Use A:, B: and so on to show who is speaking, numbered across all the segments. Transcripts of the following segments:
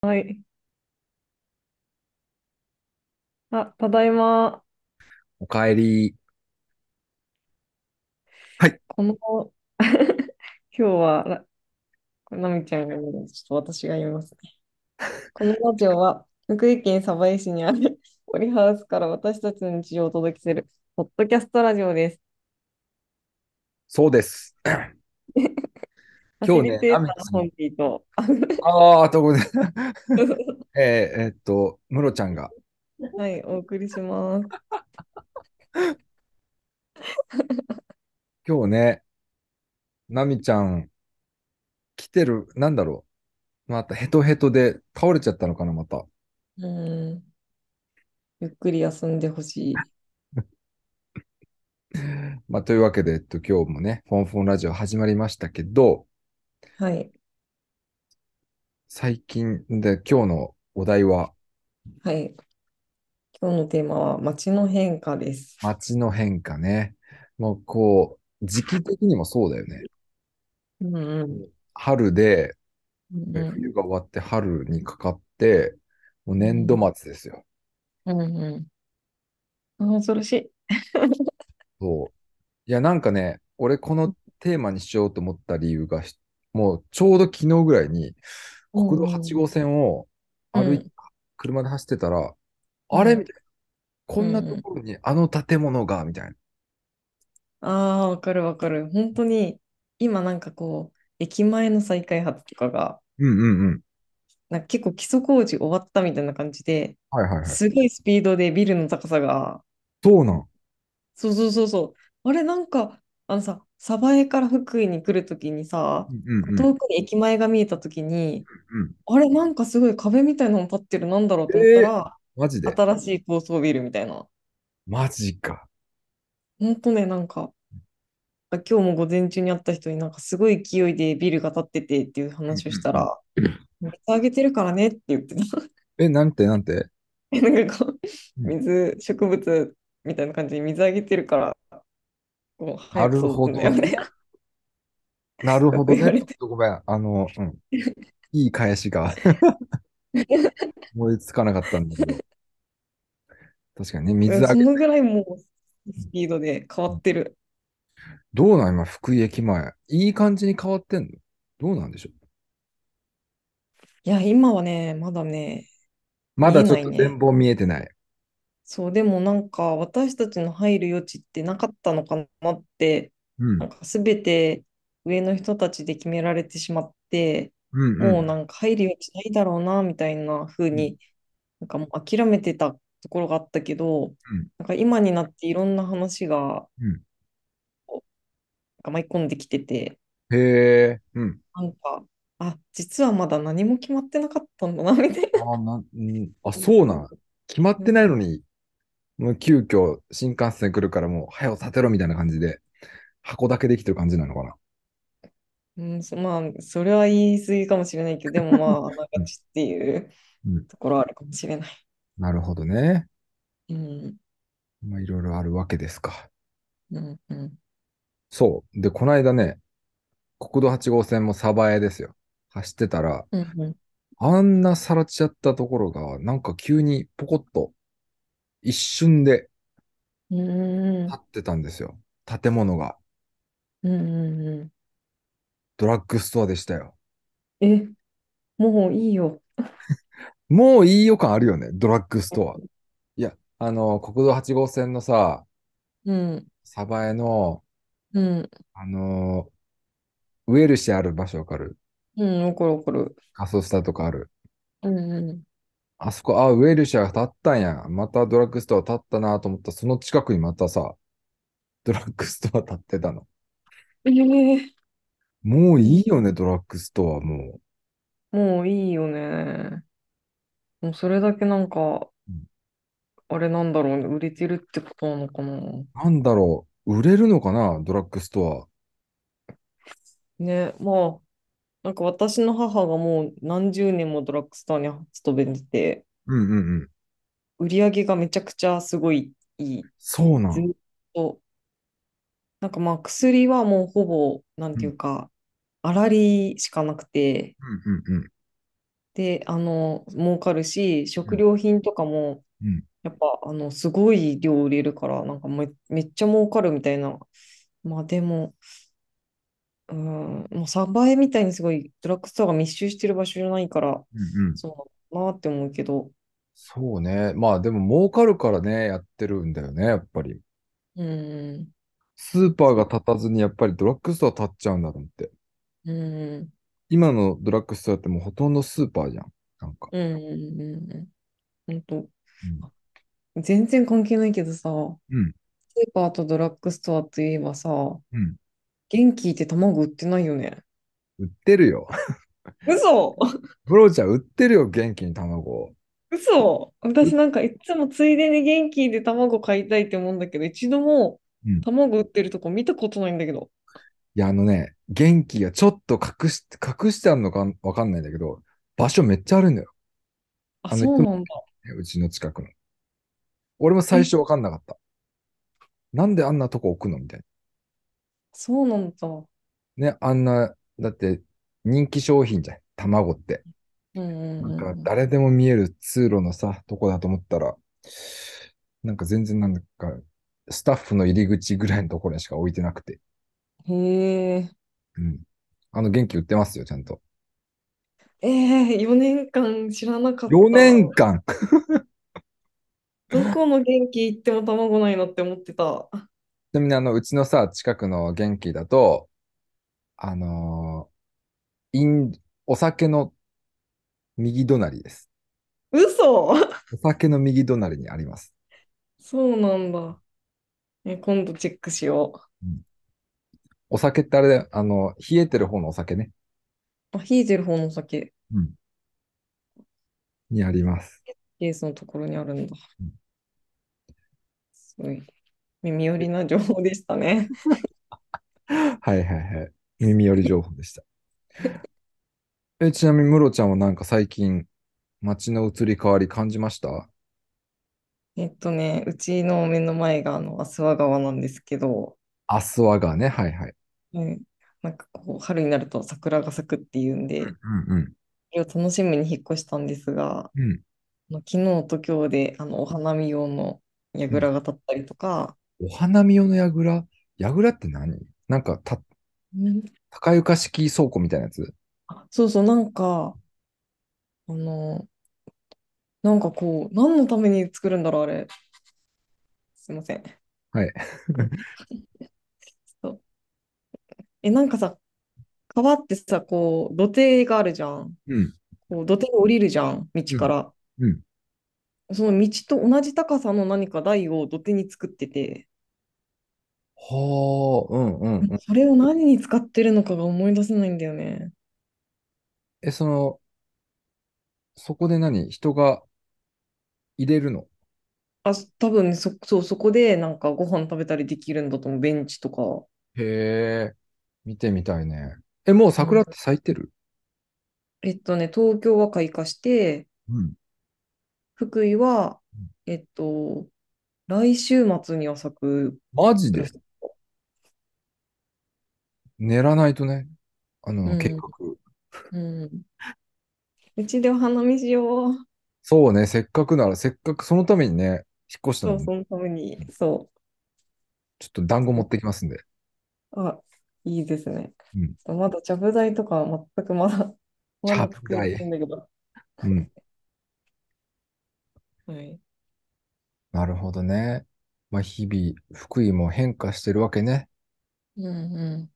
A: はい。あ、ただいま。
B: おかえり。はい。
A: この 今日は、らなみちゃんが読むので、ちょっと私が読みますね。このラジオは、福井県鯖江市にある堀ハウスから私たちの日常をお届けする、ポッドキャストラジオです。
B: そうです。
A: ファシ
B: 今
A: リ
B: 日ね、
A: テ
B: ナ
A: ー
B: ミ
A: ター
B: ち
A: の
B: ゃん
A: ホ
B: に、
A: ンピーと、
B: ああ、とこで、えーえーっと、ムロちゃんが、
A: はい、お送りします。
B: 今日ね、ナミちゃん来てる、なんだろう、またヘトヘトで倒れちゃったのかな、また。
A: うん、ゆっくり休んでほしい。
B: まあ、というわけで、えっと、今日もね、フォンフォンラジオ始まりましたけど、
A: はい、
B: 最近で、今日のお題は、
A: はい。今日のテーマは、街の変化です。
B: 街の変化ね。もう、こう、時期的にもそうだよね。
A: うんうん、
B: 春で、
A: うん
B: えー
A: うん、
B: 冬が終わって春にかかって、もう
A: う
B: 年度
A: ん
B: 末ですよ。
A: うん、うんうん。あ恐ろしい。
B: そう。いや、なんかね、俺このテーマにしようと思った理由が、しもうちょうど昨日ぐらいに、
A: う
B: 国道
A: んう
B: 8
A: ん
B: 号線を
A: う
B: 歩い、
A: ん
B: 車で走ってたら、
A: う
B: あれみ
A: ん
B: たいな、こ
A: うん
B: なんと
A: うん
B: ころにあの建物が、みたいな。
A: ああーわかるわかる本当に今なんかこう駅前の再開発とかが
B: うんうんうん。
A: なんか結構基礎工事終わったみたいな感じで
B: はいはいはい。
A: すごいスピードでビルの高さが
B: そうなん。
A: そうそうそうそうあれなんかあのさ鯖江から福井に来るときにさ
B: うんうんうん。
A: 遠くに駅前が見えたときに
B: うん。
A: あれなんかすごい壁みたいなの立ってるなんだろうと思った
B: えー、
A: ら
B: マジで。
A: 新しい高層ビルみたいな
B: マジか。
A: ほんとねなんか今日も午前中に会った人になんかすごい勢いでビルが建っててっていう
B: うん
A: 話をした
B: うん
A: ら、
B: うん。
A: 水あげてるからねって言ってた。
B: え、なんてなんて。
A: なんかこ
B: う
A: う、
B: ん
A: 水、植物みたいな感じで水あげてるから、こう、
B: な
A: 早く
B: る
A: 育
B: ほ
A: つんだ
B: ど
A: よ
B: ね。
A: ね
B: なる
A: と
B: ほ
A: か
B: ど
A: 言わ
B: ね。
A: れ。
B: ちょってとごめん。あの、うん。 いい返しが思いつかなかったんだけど。確かにね、水あ
A: そ
B: げ
A: の
B: て。
A: ぐらいもう
B: う
A: ス
B: ん
A: ピードで変わ
B: う
A: っ
B: ん
A: てる。
B: どうなん今、福井駅前。いい感じに変わってんのどうなんでしょう
A: いや、今はね、まだね、
B: ま
A: 見
B: だ
A: え
B: ちょ
A: な
B: っ
A: い
B: と
A: ね。
B: 全貌見えてない。
A: そう、でもなんか私たちの入る余地ってなかったのかなって、
B: う
A: なん
B: ん。
A: か全て上の人たちで決められてしまって、
B: うんう。
A: もうんなんか入る余地ないだろうな、みたいな風
B: うん
A: に、なんかもう諦めてたところがあったけど、
B: うん
A: なんか今になっていろんな話が
B: うん
A: こうなんか舞い込んできてて、
B: へえ。うん。
A: なんか、あ、実はまだ何も決まってなかったんだな、みたいな。
B: あー、なん、うんあ、そうなん。決まってないのに、もう急遽新幹線来るからもう、早く建てろみたいな感じで、箱だけできてる感じなのかな。
A: うん、そ、まあ、それは言い過ぎかもしれないけど、でもま あ、なん
B: う
A: か
B: ん。
A: ちっていう
B: うん
A: ところはあるかもしれない。
B: なるほどね。
A: うん、
B: まあ、いろいろあるわけですか。
A: うん、うん。
B: そう。で、この間ね、国道8号線も鯖江ですよ。走ってたら、
A: うんうん。
B: あんなさらちゃったところが、なんか急にポコッと一瞬で
A: うーん、
B: 立ってたんですよ。建物が。
A: うん、うんうん。
B: ドラッグストアでしたよ。
A: え、もういいよ。
B: もういい予感あるよね、ドラッグストア。いや、あの、国道8号線のさ、
A: うん、
B: 鯖江の、
A: うん、
B: あの、ウエルシアある場所わかる
A: うん、わかるわかる。
B: 仮想スタとかある。
A: うん、うん。
B: あそこ、あ、ウエルシアが立ったんや。またドラッグストア立ったなと思ったら、その近くにまたさ、ドラッグストア立ってたの。
A: えー、
B: もう
A: う
B: い
A: ん
B: いよね、ドラッグストア、も
A: もういいよね。もうそれだけなんか、
B: う。うん
A: あれなんだろうね、売れてるってことなのかな。
B: なんだろう、売れるのかな、ドラッグスト
A: ね、まあ、なんか私の母がもう何十年もドラッグストアに勤めてて、
B: ア。うんうんうん。
A: 売り上げがめちゃくちゃすごいいい。
B: そうな
A: ず
B: ん。
A: っと。なんかまあ薬はもうほぼ、なん
B: う
A: てい
B: ん
A: うか、粗利しかなくて、
B: うんうんうん。
A: で、あの、儲かるし、食料品とかも、
B: うん。
A: やっぱ、あの、すごい量売れるから、なんかめ、めっちゃ儲かるみたいな。まあ、でも、うん、もうサバエみたいにすごいドラッグストアが密集してる場所じゃないから、
B: うんうん。
A: そうなのかなって思うけど、
B: そうね。まあでも儲かるからね、やってるんだよね、やっぱり。
A: うん、
B: スーパー
A: そ
B: が立たずに、やっぱりドラッグストア立っちゃうんだと思って。
A: う、うん、
B: 今のドラッグストアってもうほとんどスーパーじゃん。なんか。
A: うん、うん、うんと、
B: うん。
A: 全然関係ないけどさ、
B: うん。
A: スーパーとドラッグストアといえばさ、
B: うん
A: 元気って卵売ってないよね。
B: 売ってるよ。
A: 嘘
B: ブローちゃん売ってるよ、元気に卵。
A: 嘘
B: う
A: 私なんかいつもついでに元気で卵買いたいって思うんだけど、一度も
B: うん。
A: 卵売ってるとこ見たことないんだけど。
B: いや、あのね、元気がちょっと隠し、隠してあるのかわかんないんだけど、場所めっちゃあるんだよ。
A: あ、
B: あの、い
A: そう
B: つも
A: なんだ。
B: ね、うちの近くの。俺も最
A: え、
B: 初わかんなかった。なんであんなとこ置くのみたい
A: そうなんだ。う
B: な。ね、あんな、だって人気商品じゃん。卵って。
A: んうん
B: なんか
A: うん。
B: 誰でも見える通路のさ、とこだと思ったら、なんか全然なんか、スタッフの入り口ぐらいのところにしか置いてなくて。
A: うんへえ。
B: うん。あの、元気売ってますよ、ちゃんと。
A: ええ4年間知らなかっ
B: 4
A: た。
B: 年間
A: どこの元気行っても卵ないなって思ってた。
B: ちなみにあの、うちのさ、近くの元気だと、あのー飲お酒の右隣です。
A: 嘘
B: お酒の右隣にあります。
A: そうなんだ。え、今度チェックしよ
B: うんお酒ってあれだよ、あの、冷えてる方のお酒ね。
A: う。あ、冷えてる方のお酒、
B: うんにあります。
A: ケースのところにあるんだ。
B: うん
A: すごい。耳寄りな情報でしたね。
B: はいはいはい。耳寄り情報でした。え、ちなみに、ムロちゃんはなんか最近、街の移り変わり感じました
A: えっとね、うちの目の前があの、諏訪川なんですけど、
B: アスワガね。はいはい。
A: はい、なんかこう、春になると桜が咲くっていうんで、
B: うんうん。
A: それを楽しみに引っ越したんですが、
B: うん。
A: あの昨日と今日であのお花見用の
B: うん。
A: 櫓が立ったりとか、
B: お花見用のやぐらやぐらって何なんかた、
A: うん
B: 高床式倉庫みたいなやつ
A: あそうそう、なんか、あの、なんかこう、何のために作るんだろう、あれ。すいません。
B: はい。
A: そうえ、なんかさ、川ってさ、こう、土手があるじゃん。
B: うん。
A: こう、土手に降りるじゃん、道
B: う
A: か
B: ん。
A: ら。
B: うん。
A: その道と同じ高さの何か台を土手に作ってて、
B: はあ、うんうんうん。
A: それを何に使ってるのかが思い出せないんだよね。
B: え、その、そこで何人が入れるの
A: あ、多分ね、そ、そう、そこでなんかご飯食べたりできるんだと思う、ベンチとか。
B: へえ、見てみたいね。え、もう
A: う
B: 桜っ
A: ん
B: て咲いてる
A: えっとね、東京は開花して、
B: うん。
A: 福井は、
B: うん
A: えっと、来週末には咲く
B: マジ
A: ら
B: で
A: しい。
B: 練らないとね、あ
A: う
B: の、計
A: ん、
B: 画。
A: うん。うちでお花見しよう。
B: そうね、せっかくなら、せっかくそのためにね、引っ越し
A: そう、
B: たのに、
A: そのために、そ
B: ちょっと団子持
A: う。
B: ってきますんで。
A: あ、いいですね。
B: うん。
A: ちょっとまだちゃぶ台とかは全くまだ、
B: ち
A: ま
B: ゃ
A: だ
B: ぶ
A: 作れてない
B: 台。
A: んだけど。
B: うん。
A: はい。
B: なるほどね。まあ、日々、福井も変化してるわけね。
A: うんう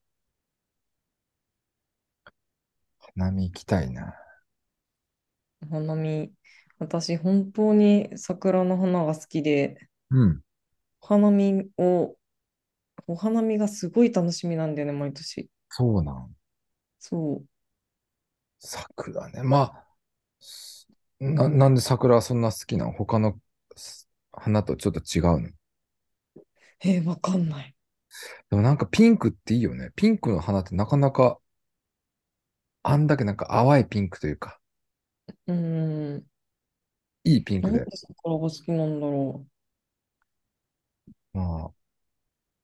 B: 花見行きたいな。
A: ん。お花見。私、本当に桜の花が好きで、
B: うん。
A: お花見を、お花見がすごい楽しみなんだよね、毎年。
B: そうなん。
A: そう。
B: 桜ね。まあ、すな、なんで桜はそんな好きなの他のす花とちょっと違うの
A: えーわかんない。
B: でもなんかピンクっていいよね。ピンクの花ってなかなか、あんだけなんか淡いピンクというか、
A: うん。
B: いいピン
A: な
B: ク
A: んで
B: で。
A: 桜が好きなんだろ
B: まあ、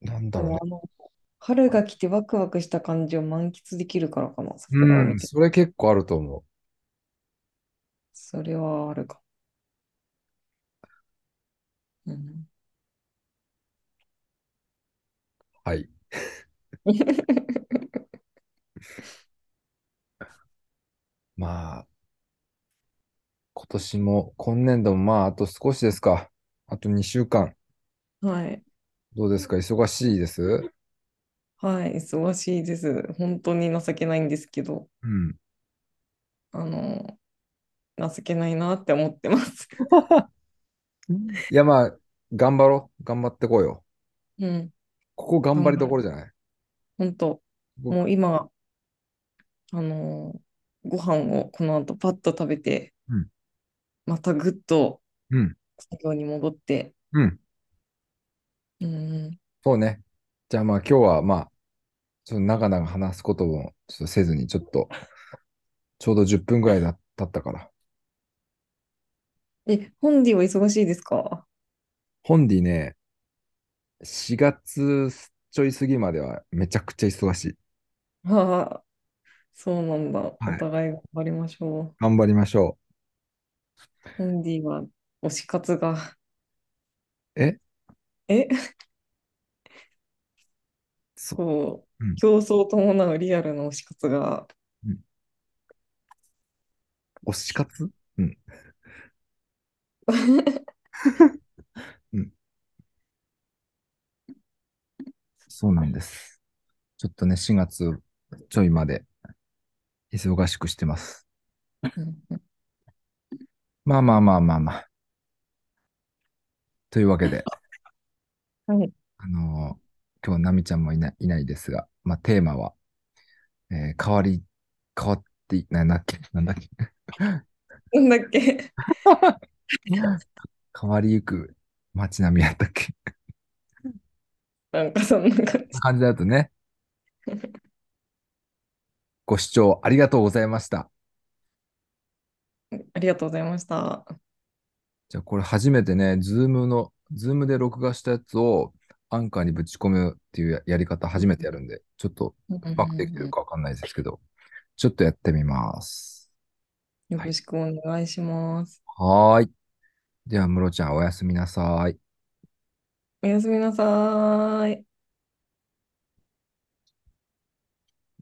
B: なん
A: う。
B: だ
A: で
B: ろうね。
A: も、あの、春が来てワクワクした感じを満喫できるからかな、桜を
B: う
A: 見
B: ん、
A: て。
B: それ結構あると思う。
A: それはあるかも。うん
B: はい。まあ、今年も今年度もまあ、あと少しですか。あと2週間。
A: はい。
B: どうですか忙しいです
A: はい、忙しいです。本当に情けないんですけど、
B: うん。
A: あの、情けないなって思ってます。
B: いやまあ、頑張ろう。頑張ってこうよ。
A: うん、
B: ここ頑張
A: 頑
B: り
A: 張
B: どこ
A: る。
B: ろじゃない
A: 本当、
B: 僕
A: もう今、あの、ご飯をこの後パッと食べて、
B: うん、
A: またぐっと
B: うん、
A: 作業に戻って、
B: うん。
A: うん、
B: そうね。じゃあまあ今日はまあ、ちょっと長々話すことをちょっとせずに、ちょっと、 ちょうど10分ぐらいだ経ったから。
A: え、本ディは忙しいですか
B: 本ンディね、4月ちょい過ぎまではめちゃくちゃ忙しい。
A: ああ、そうなんだ。お
B: はい。
A: 互い頑張りましょ
B: 頑張りましょ
A: う。本ディは推し活が、
B: う。え
A: え、
B: そ、
A: こう、
B: うん。
A: 競争を伴うリアルの推し活が、
B: うん推し活うん。うん。そうなんです。ちょっとね、4月ちょいまで忙しくしてます。
A: うん
B: まあまあまあまあまあ。というわけで、
A: はい。
B: あのー今日、ナミちゃんもいない、いないですが、まあテーマは、えー変わり、変わってい、な、なんだっけ、なんだっ け。
A: なんだっけ
B: 変わりゆく街並みやったっけ。こ
A: なんかそんな感
B: んな
A: じ。
B: 感じだと ね、ご視聴ありがとうございました。
A: ありがとうございました。
B: じゃあこれ初めてね、ズームの、ズームで録画したやつをアンカーにぶち込むっていうややり方
A: う
B: 初めてや
A: ん
B: るんで、ちょっと
A: うんう
B: うまくできて
A: ん
B: る
A: う
B: かわかんないですけど、ちょっとやってみます。
A: んよ
B: は
A: ろ
B: い。
A: しくお願いします。
B: はーい。では、ムロちゃんおやすみなさい。
A: おやすみなさーい。